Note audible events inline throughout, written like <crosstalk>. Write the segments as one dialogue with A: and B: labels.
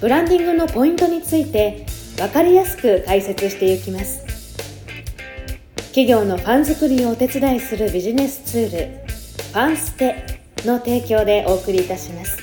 A: ブランディングのポイントについて分かりやすく解説していきます企業のファン作りをお手伝いするビジネスツール「ファンステ」の提供でお送りいたします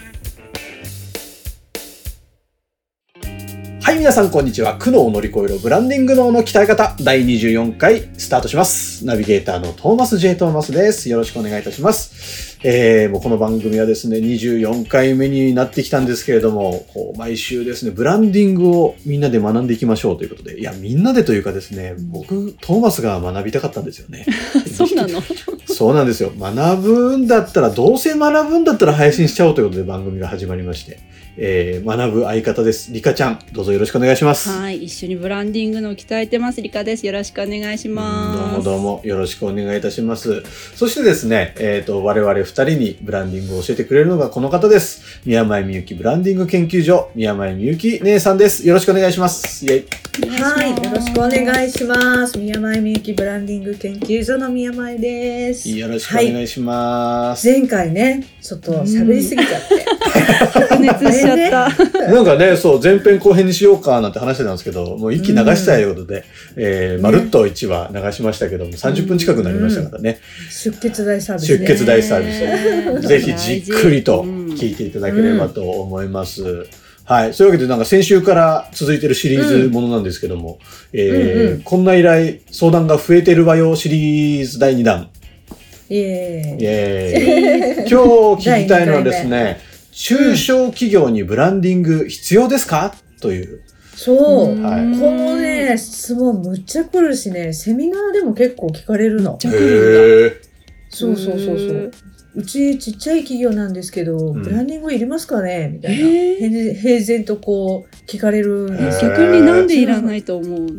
B: はい、皆さん、こんにちは。苦悩を乗り越えるブランディング脳の鍛え方、第24回、スタートします。ナビゲーターのトーマス J. トーマスです。よろしくお願いいたします。えー、もうこの番組はですね、24回目になってきたんですけれども、こう毎週ですね、ブランディングをみんなで学んでいきましょうということで、いや、みんなでというかですね、僕、トーマスが学びたかったんですよ <laughs> ね。
C: そうなの
B: そうなんですよ。学ぶんだったら、どうせ学ぶんだったら配信しちゃおうということで番組が始まりまして、えー、学ぶ相方です。リカちゃん、どうぞよろしくお願いします。
C: はい、一緒にブランディングの鍛えてます。リカです。よろしくお願いしま
B: うん
C: す。
B: どうもどうもよろしくお願いいたします。そしてですね、えっ、と、我々二人にブランディングを教えてくれるのがこの方です。宮前みゆきブランディング研究所、宮前みゆき姉さんです。よろしくお願いします。イェイ。
C: お願いします。
D: はい、よろしくお願いします。宮前みゆきブランディング研究所の宮前です。
B: よろしくお願いします。
D: 前回ね、ちょっと喋りすぎちゃって。
C: <laughs> 熱しちゃった。
B: なんかね、そう、前編後編にしようかなんて話してたんですけど、もう一気に流したいということで、えー、まるっと1話流しましたけども、30分近くなりましたからね、
D: 出血大サービス、
B: 出
D: ね。
B: 血大サービス
C: ビ
B: ぜひじっくりと聞いていただければと思います。はい。そういうわけで、なんか先週から続いてるシリーズものなんですけども、えー
D: うんうん
B: こんな依頼、相談が増えてるわよシリーズ第2弾。
D: イエ
B: イ
D: ーイ。 <laughs>
B: エーイ今日聞きたいのはですね、中小企業にブランディング必要ですかという。
D: そう。こ
B: はい
D: のね、質問むっちゃ来るしね、セミナーでも結構聞かれるの。
C: ちゃ来るんだ
D: <laughs> そうそうそうそう。。うちちっちゃい企業なんですけど、
B: ん
D: ブランディングいりますかねみたいな。
C: へー
D: 平然平然とこう聞かれるんですよ。
C: 逆になんでいらないと思うの？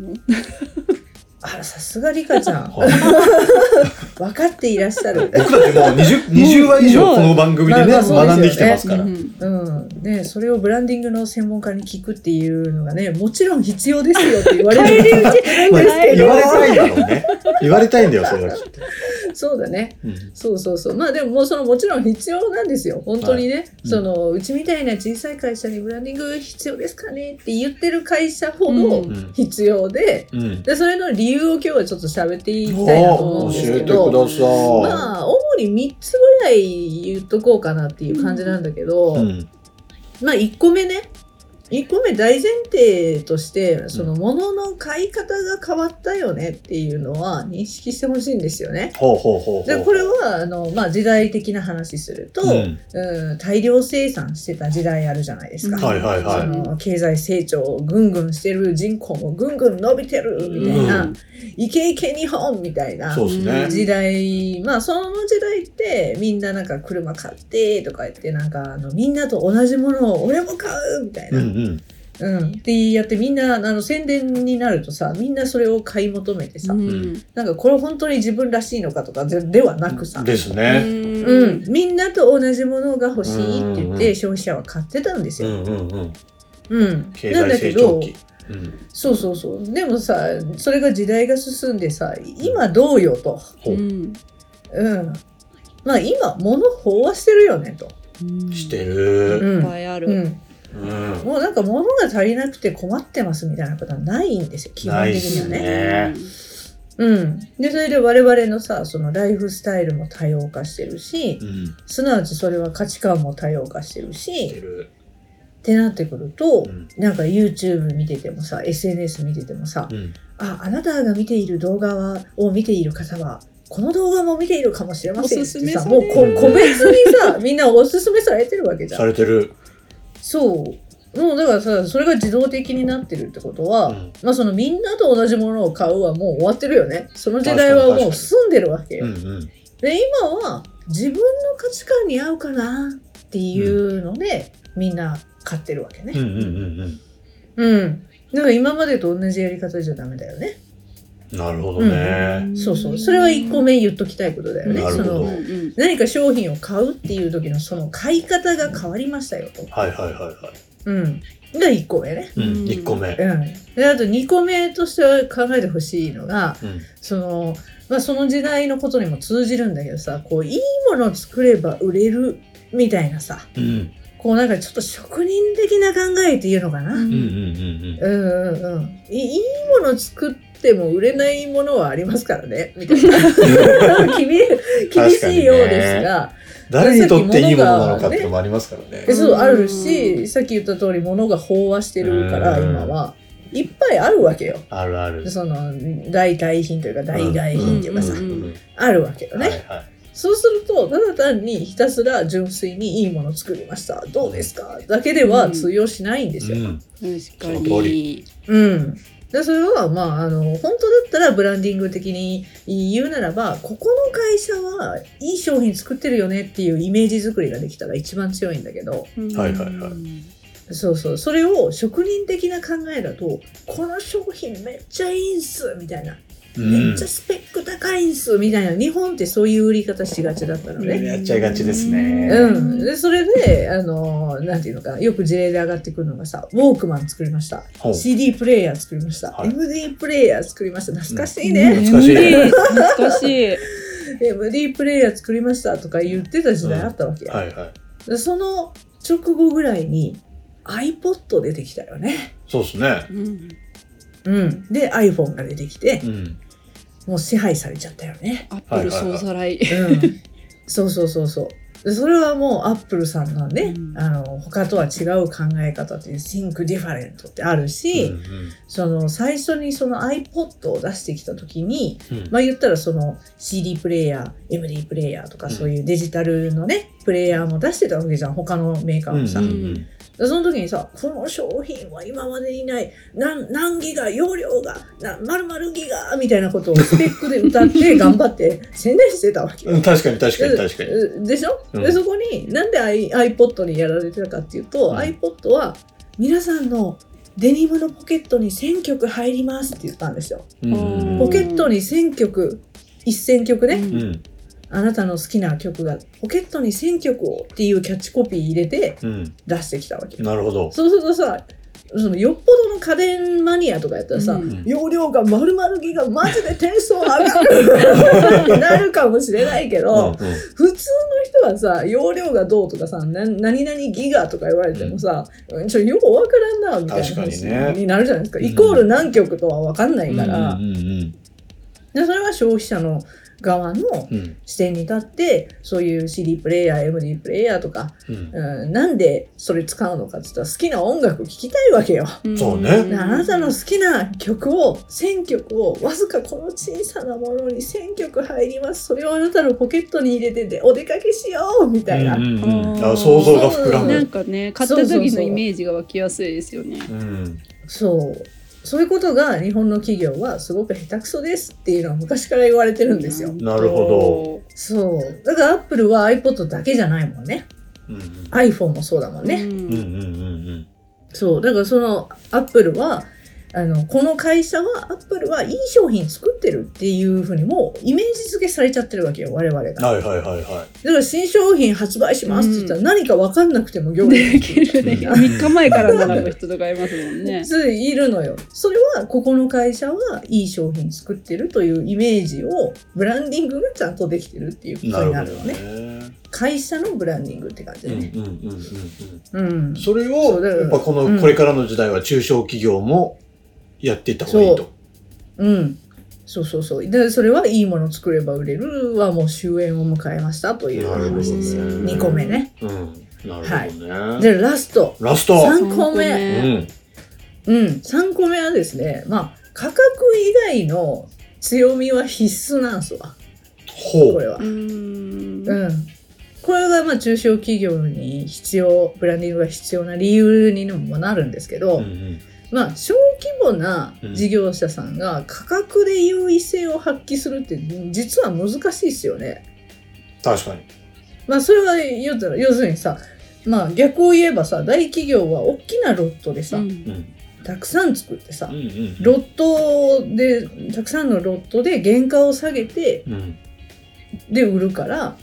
D: あら、さすがリカちゃん。
B: はい
D: 分かっていらっしゃる。
B: 僕だってもう 20, 20話以上この番組でね、
D: まあまあ
B: 学んできてますから。
C: うん
D: うん、ねそれをブランディングの専門家に聞くっていうのがねもちろん必要ですよって言われる
B: まあ
D: ですけ
B: 言
D: ど
B: われたいんだろうね。言われたいんだよ、それはきっと。
D: <laughs> そうだね
B: うん
D: そうそうそうまあでももうそのもちろん必要なんですよ本当にね、
B: うん
D: そのうちみたいな小さい会社にブランディング必要ですかねって言ってる会社ほ
C: う
D: ど
C: ん
D: 必要で,、
B: うん。
D: でそれの理由を今日はちょっと喋っていきたいなと思
B: お
D: う
B: ー
D: んです
B: 教え
D: け
B: て
D: ど
B: ください。
D: まあ主に3つぐらい言っとこうかなっていう感じなんだけど、
B: うん
D: まあ1個目ね1個目大前提としてその物の買い方が変わったよねっていうのは認識してほしいんですよね。
B: ほうほうほうほう。
D: でこれはあの、まあ、時代的な話すると、
B: う
D: うん
B: ん、
D: 大量生産してた時代あるじゃないですか、
B: はいはいはい
D: その経済成長をぐんぐんしてる人口もぐんぐん伸びてるみたいな、
B: うん
D: イケイケ日本みたいな
B: そうですね。
D: 時代まあその時代ってみんななんか車買ってとか言ってなんかあのみんなと同じものを俺も買うみたいな、
B: う
D: うん
B: うんん。
D: ってやってみんなあの宣伝になるとさみんなそれを買い求めてさ、
C: うん
D: なんかこれ本当に自分らしいのかとかでではなくさ、
B: ですね。
D: う、
C: うん
D: みんなと同じものが欲しいって言っ
B: うんう
D: て
B: ん
D: 消費者は買ってたんです
B: う
D: よ。
B: んうんうん。
D: うん、
B: 経
D: な
B: 済
D: んだけ
B: 成
D: ど
B: 長期。うん
D: そうそうそうでもさそれが時代が進んでさ今どうよと。
B: ほう
D: うん、まあ今物飽和してるよねと、
C: ん
B: してる。
D: う
C: いっ
D: ん
C: ぱいあ
D: う
C: る。
D: ん、
B: うん。
D: もうなんか物が足りなくて困ってますみたいなことはないんですよ基本
B: ないっ
D: 的には
B: す
D: ね
B: ね。
D: うん、でそれで我々のさそのライフスタイルも多様化してるし
B: うん。
D: すなわちそれは価値観も多様化してる
B: して
D: し
B: る。
D: ってなってくると、
B: うん
D: なんか YouTube 見ててもさ SNS 見ててもさ
B: うん。
D: ああなたが見ている動画はを見ている方はこの動画も見ているかもしれません
C: お
D: っ
C: す
D: て
C: すめ
D: さ
C: され
D: もう
C: る
D: こ個別にさみんなおすすめされてるわけじゃん
B: さ。れてる。
D: そう。もうだからさ、それが自動的になってるってことは、
B: うん
D: まあそのみんなと同じものを買うはもう終わってるよね。その時代
B: 確
D: は
B: かに
D: もう済んでるわけ
B: う
D: よ。
B: んうん。
D: で、今は自分の価値観に合うかなっていうので、みんな買ってるわけ
B: うん
D: ね。
B: うんうん
D: うん。だから今までと同じやり方じゃダメだよね。
B: うん。なるほどね。
D: そうそう。それは1個目言っときたいことだよね。
B: なるほ
D: そ
B: ど
D: の何か商品を買うっていう時のその買い方が変わりましたよと。
B: はいはいはいは
D: うん。が1個目ね。
B: い。う、
C: うんん
B: 1個目。
D: うん。で、あと2個目として考えてほしいのが、
B: うん。
D: その、まあその時代のことにも通じるんだけどさ、こう、いいものを作れば売れるみたいなさ、
B: うん
D: こうなんかちょっと職人的な考えっていうのかな。
B: うんうんうん
D: うんうんうん。いいいもの作っても売れないものはありますからね、みた
B: <laughs>
D: いな。厳厳しいようですが、
B: 誰にとっていいものなのかっていうのもありますからね
D: え。そ
C: う
D: う
C: ん
D: あるし、さっき言った通り物が飽和してるから、
B: うん
D: 今はいっぱいあるわけよ。
B: あるある。
D: その代替品というか代替品っていうかさ、
C: うんうんうん
D: あるわけよ
B: はい
D: ね、
B: は
D: そうするとただ単にひたすら純粋にいいもの作りましたどうですかだけでは通用しないんで
B: い。
D: すよ。
B: うん
C: 確か
B: その通
C: に。
D: うん。で、それは、まあ、あの、本当だったらブランディング的に言うならば、ここの会社はいい商品作ってるよねっていうイメージ作りができたら一番強いんだけど、
B: はいはいはい
C: い。
D: そうそう、それを職人的な考えだと、この商品めっちゃいいんすみたいな、
B: うん
D: めっちゃスペック高いんすみたいな、日本ってそういう売り方しがちだったのね。
B: やっちゃいがちですね
D: う。ん。で、それで、あの、なんていうのかな、よく事例で上がってくるのがさ、ウォークマン作りました。
B: ほう
D: CD プレイヤー作りました、
B: はい
D: MD プレイヤー作りました懐かしいね、
B: 懐かしい
C: MD 懐かしい。
D: MD プレイヤー作りましたとか言ってた時代あったわけ、
B: はいはい。
D: でその直後ぐらいに iPod 出てきたよね
B: そうですね。
C: うん
D: うんで iPhone が出てきて
B: うん。
D: もう支配されちゃったよね
C: アップル総ざらい。
D: うんそうそうそうそうでそれはもうアップルさんのね、
C: うん
D: あの他とは違う考え方っていう Think Different ってあるし、
B: うんうん
D: その最初にその iPod を出してきた時に
B: うん
D: まあ言ったらその CD プレイヤー、MD プレイヤーと
B: う
D: か
B: ん
D: そういうデジタルのね、プレイヤーも出してたわけじゃん、他のメーカーもさ。
B: うんうんうん
D: でその時にさ、この商品は今までにない、何何ギガ、容量が、な丸々ギガみたいなことをスペックで歌って頑張って宣伝してたわけよ
B: うん、確かに確かに確かに。
D: ででしょ、
B: うん
D: でそこになんで i- iPod にやられてたかっていうと、
B: うん
D: iPod は皆さんのデニムのポケットに1000曲入りますって言ったんですよ。
B: うんうんう
D: ポケットに1000曲、1000曲ね、
B: んうん
D: あなたの好きな曲がポケットに1000曲をっていうキャッチコピー入れて
B: うん。
D: 出してきたわけ。
B: なるほど。
D: そうするとさ、そのよっぽどの家電マニアとかやったらさ、
C: うん
D: 容量が丸々ギガマジでテンション上
B: <laughs>
D: がるってなるかもしれないけど、
B: うんうん
D: 普通の人はさ容量がどうとかさな何々ギガとか言われてもさ、うんちょようわからんなみたいな
B: 確
D: 話
B: かにね
D: になるじゃないですか
B: うん
D: イコール何曲とは分かんないから、
B: うんうん
D: でそれは消費者の側の
B: うん
D: 視点に立ってそういう CD プレイヤー MD プレイヤーとか、
B: うん
D: うん、なんでそれ使うのかって言ったら好きな音楽聴きたいわけよ。
B: そうね
D: であなたの好きな曲を1000曲をわずかこの小さなものに1000曲入りますそれをあなたのポケットに入れてでお出かけしようみたいな、
B: うんうんうんあ
C: あー
B: 想像が膨ら
D: う
C: なん
B: む。
C: かね、買った時のイメージが湧きやすいですよね。
B: うん
D: そうそういうことが日本の企業はすごく下手くそですっていうのは昔から言われてるんですよ
B: なるほ
D: そうだからアップルは iPod だけじゃないもんね
B: うん
D: iPhone もそうだもんね、
C: う
B: うんうん
C: ん。
B: うん
D: そう、だからそのアップルは、あの、この会社は、アップルはいい商品作ってるっていうふうにもうイメージ付けされちゃってるわけよ、我々が。
B: うん
D: だ
B: はいはいはいは
D: から新商品発売しますって言ったら何か分かんなくても行
C: で
D: 列
C: きるね。
B: う
C: 3日前から並ぶ人とかいますもんね。
D: いるのよ。それは、ここの会社はいい商品作ってるというイメージを、ブランディングがちゃんとできてるっていうこ
B: い。
D: とにな
B: な
D: る
B: る
D: の
B: ほど
D: ね。
B: ね。
D: 会社のブランディングって感じ
B: うん
D: で
B: うん
D: ね。
B: うんうんうん。
D: うん。
B: それ
D: そ
B: を、
D: うだよ
B: やっぱこ
D: うん
B: の、これからの時代は中小企業もやっていった方がいいと。
D: うん。そうそうそう。で、それはいいもの作れば売れるはもう終焉を迎えましたという話ですよ。
B: なるほどね
D: 2個目ね。
B: うん。なるほどね。
D: で、ラスト。
B: ラスト。
D: 3個
B: う
D: 目。
B: ん。
D: うん。3個目はですね、まあ、価格以外の強みは必須なんすわ。
B: ほ
D: こ
B: う。
D: れは
C: う。ん。
D: うん。これがまあ中小企業に必要、ブランディングが必要な理由にもなるんですけど、
B: うん
D: まあ小規模な事業者さんが価格で優位性を発揮するって実は難しいですよね。
B: 確かに。
D: まあそれは言うたら要するにさまあ逆を言えばさ大企業は大きなロットでさ、
C: うん
B: うん
D: たくさん作ってさ、
B: うんうん
D: ロットでたくさんのロットで原価を下げて
B: うん
D: で売るから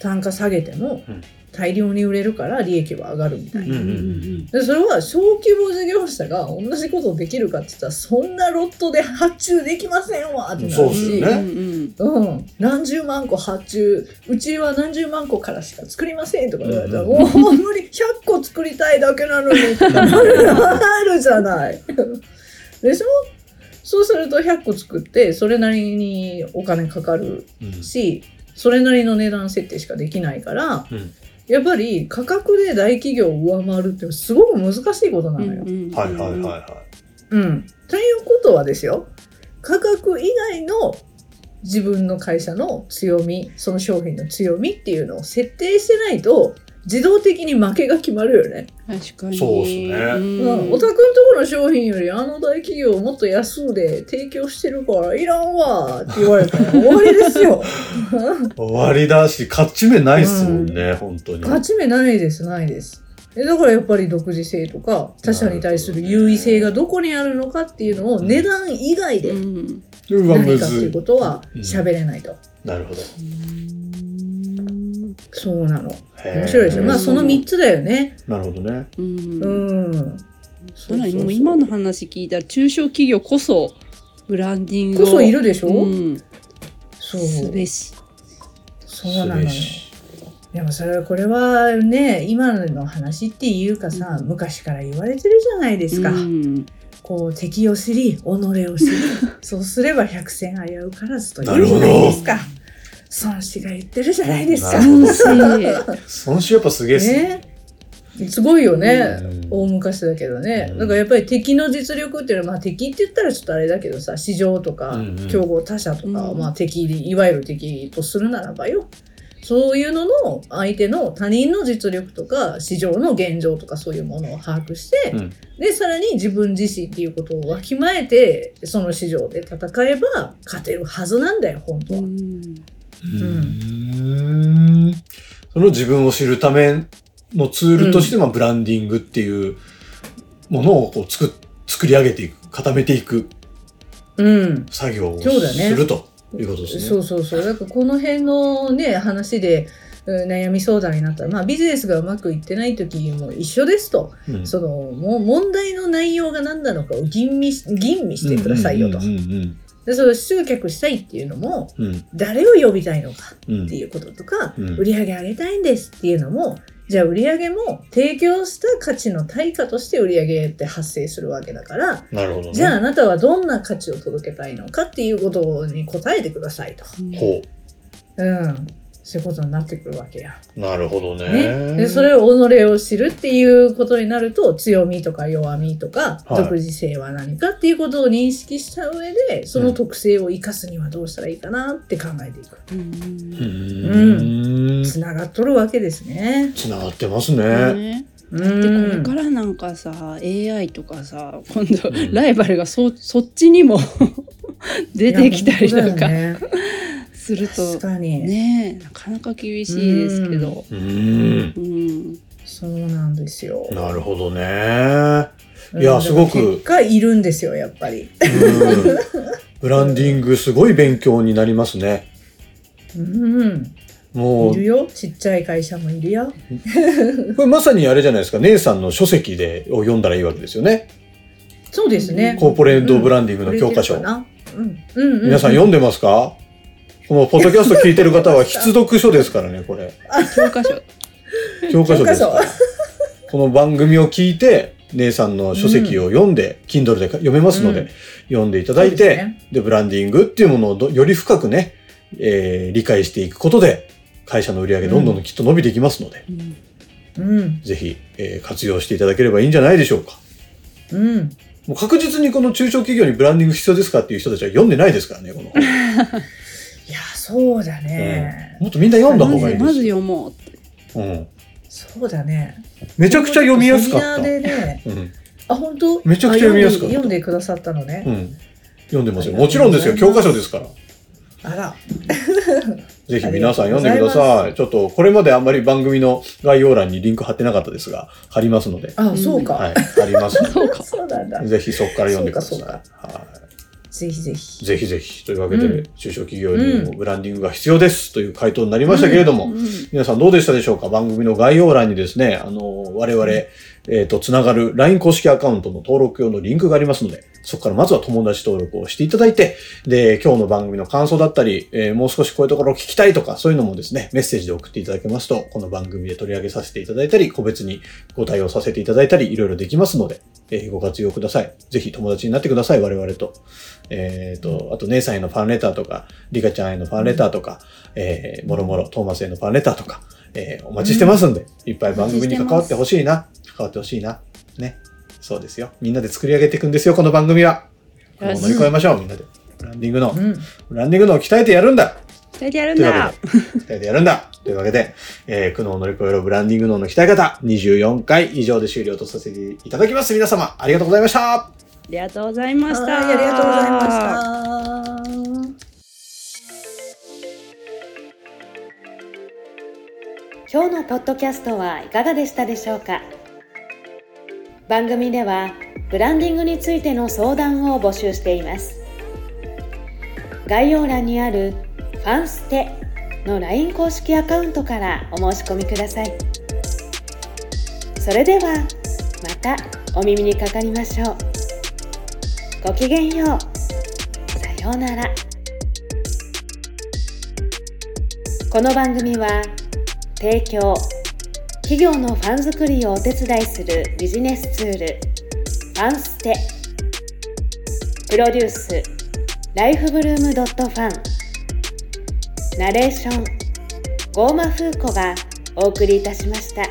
D: 単価下げても
B: うん
D: 大量に売れるから利益は上がるみたい
B: う
D: な。
B: んうん
D: でそれは小規模事業者が同じことできるかって言ったらそんなロットで発注できませんわってな
B: そう
D: る
B: っす
D: し
B: よね
C: うん
D: うん、何十万個発注うちは何十万個からしか作りませんとか言われたら、
B: うんうん
D: もう無理100個作りたいだけなのにあるじゃない。でしょそうすると100個作ってそれなりにお金かかる
B: うん
D: しそれなりの値段設定しかできないから、
B: うん
D: やっぱり価格で大企業を上回るってすごく難しいことなのよ。
C: うん
B: はいはいはいは
D: うん。ということはですよ、価格以外の自分の会社の強み、その商品の強みっていうのを設定してないと、自動的に負けが決まるよね。
C: 確かに
B: そうっすね
D: うん。お
C: ん
D: 宅のところの商品よりあの大企業もっと安うで提供してるからいらんわーって言われたら終わりですよ。
B: い。終わりだし、勝ち目ないっすもんね、本当に。
D: 勝ち目ないです、ないです。えだからやっぱり独自性とか他者に対する優位性がどこにあるのかっていうのを値段以外で
C: うん
B: うわ、む
D: 何かってい
B: ず
D: う
B: い
D: こ。とは喋れないと。
B: なるほど。
D: そうなの。面
B: 面
D: 白いでしょ。まあ
C: うん
D: その3つだよね。
B: なるほどね。
C: うん
D: う
C: うん
D: ん。
C: そうだねもう今の話聞いたら中小企業こそブランディング
D: こ
C: を
D: そいるでしょ、
C: うん
D: そう。
C: すべし
D: そうなの
B: す
D: よ
B: べ。し
D: でもそれはこれはね、今の話っていうかさ、
C: うん
D: 昔から言われてるじゃないですか。
C: うん
D: こう敵を知り、己を知り、そうすれば百戦危うからずと
B: な
D: 言
B: る
D: う
B: ほ
D: じ
B: ど
D: ゃないですか。孫子が言ってるじゃないですか。
B: なる
C: 楽しい
B: 孫子やっぱすげえっすね。
D: ね。すごいよね。
B: うん
D: 大昔だけどね、
B: うん
D: だからやっぱり敵の実力っていうのは、まあ、敵って言ったらちょっとあれだけどさ市場とか
B: うんうん
D: 競合他社とか、
C: うん
D: まあ、敵でいわゆる敵とするならばよそういうのの相手の他人の実力とか市場の現状とかそういうものを把握して、
B: うん
D: でさらに自分自身っていうことをわきまえてその市場で戦えば勝てるはずなんだよ本当は。
C: うん
B: うんその自分を知るためのツールとして、まあ、ブランディングっていうものをこう作っ作り上げていく、固めていく
D: うん
B: 作業をす
D: そうだね
B: るということです
D: そ
B: ね。
D: うそうそう。だからこの辺のね、話で、うん悩み相談になったら、まあビジネスがうまくいってない時も一緒ですと、
B: うん
D: その、もう問題の内容が何なのかを吟味し、吟味してくださいよと
B: うん。うん
D: で、それを集客したいっていうのも、
B: うんうん
D: 誰を呼びたいのか
B: うんうん
D: っていうこととか、
B: うん
D: 売り上げ上げたいんですっていうのも、じゃあ売り上げも提供した価値の対価として売り上げって発生するわけだから、
B: なるほどね。
D: じゃああなたはどんな価値を届けたいのかっていうことに答えてくださいと。
B: ほ
D: うん、そういうことになってくるわけや。
B: う。なるほどね。
D: ね、でそれを己を知るっていうことになると強みとか弱みとか、
B: はい
D: 独自性は何かっていうことを認識した上でその特性を生かすにはどうしたらいいかなって考えていく。
C: うん
B: うん。
D: つながっとるわけですね。
B: つながってますね。
C: ね
D: う
C: でこれ
D: ん
C: か、らなんかさ AI とかさ今度
B: うん
C: ライバルがそそっちにも <laughs> 出てきたりと
D: いや本当だ
C: か
D: よね
C: すると
D: 確かに、
C: ねなかなか厳しいですけど、
B: うん。
C: うん
D: そうなんですよ。
B: なるほどね。
D: うん
B: いや
D: だから
B: すごく
D: 結果いるんですよやっぱり。
B: うんブランディングすごい勉強になりますね。
D: うん、
B: も
D: いうる、よちっちゃい会社もいるよ。
B: これまさにあれじゃないですか、姉さんの書籍でを読んだらいいわけですよね。
D: そうですね。
B: コーポレートブランディングの教科書。
D: 売れてるかなうんうんうん、
B: 皆さん読んでますかこのポッドキャスト聞いてる方は必読書ですからね、これ。
C: 教科書
B: 教科書です
D: 教科書
B: この番組を聞いて、姉さんの書籍を読んで、Kindle で読めますので、
D: うん
B: 読んでいただい
D: そ
B: て
D: うで
B: で、
D: すね
B: ブランディングっていうものをどより深くね、えー理解していくことで、会社の売り上げどんどんきっと伸びていきますので、 <laughs>
C: うん
D: うん
B: ぜひ、えー活用していただければいいんじゃないでしょうか。
D: うん、
B: もう確実にこの中小企業にブランディング必要ですかっていう人たちは読んでないですからね、
D: <laughs>
B: この本。
D: いやそうだね、
B: もっとみんな読んだ
C: ま
B: 方がいいで
C: ず
B: す。
C: まず読もうって
B: うん。
D: そうだね
B: めちゃくちゃ読みやすかった。
D: セミナーでね
B: うん。
D: あ本当
B: めちゃくちゃ読みやすかった
D: あ読んで読んでくださったのね、
B: うん。読んでますよ。もちろんですよ。教科書ですから。
D: あら
B: ぜひ皆さん読んでくださ
D: ありがとうございま
B: い。ちょっと、これまであんまり番組の概要欄にリンク貼ってなかったですが、貼りますので。
D: あ、そうか。
B: はい、貼ります
D: <laughs>
B: の
C: そうか。
D: そうなんだ
B: で、。ぜひそこから読んでください。
D: そうか
B: は
D: ぜひぜ
B: い。
D: ひ。
B: ぜひぜひ。というわけで、
D: うん
B: 中小企業にもブランディングが必要ですという回答になりましたけれども、
C: うん
B: 皆さんどうでしたでしょうか番組の概要欄にですね、あの、我々、えっと、つながる LINE 公式アカウントの登録用のリンクがありますので、そこからまずは友達登録をしていただいて、で、今日の番組の感想だったり、えーもう少しこういうところを聞きたいとか、そういうのもですね、メッセージで送っていただけますと、この番組で取り上げさせていただいたり、個別にご対応させていただいたり、いろいろできますので、えーご活用ください。ぜひ友達になってください、我々と。えっ、と、あと、姉さんへのファンレターとか、リカちゃんへのファンレターとか、えーもろもろトーマスへのファンレターとか、えーお待ちしてますんで、いっぱい番組に関わってほしいな。関わってほしいな。ね。そうですよ。みんなで作り上げていくんですよ、この番組は。これを乗り越えましょう、みんなで。ブランディングの
D: う、ん。
B: ブランディングのを鍛えてやるんだ
C: 鍛えてやるん
B: というわ
C: だ。
B: けで、鍛えてやるんだというわけで、えー、苦悩を乗り越えるブランディング脳の鍛え方、24回以上で終了とさせていただきます。皆様、ありがとうございました。
C: ありがとうございまし
D: は
C: た。
D: いありがとうございました。
A: 今日のポッドキャストはいかがでしたでしょうか番組ではブランディングについての相談を募集しています概要欄にある「ファンステ」の LINE 公式アカウントからお申し込みくださいそれではまたお耳にかかりましょうごきげんようさようならこの番組は提供企業のファン作りをお手伝いするビジネスツールファンステプロデュースライフブルームドットファンナレーションゴーマフーコがお送りいたしました。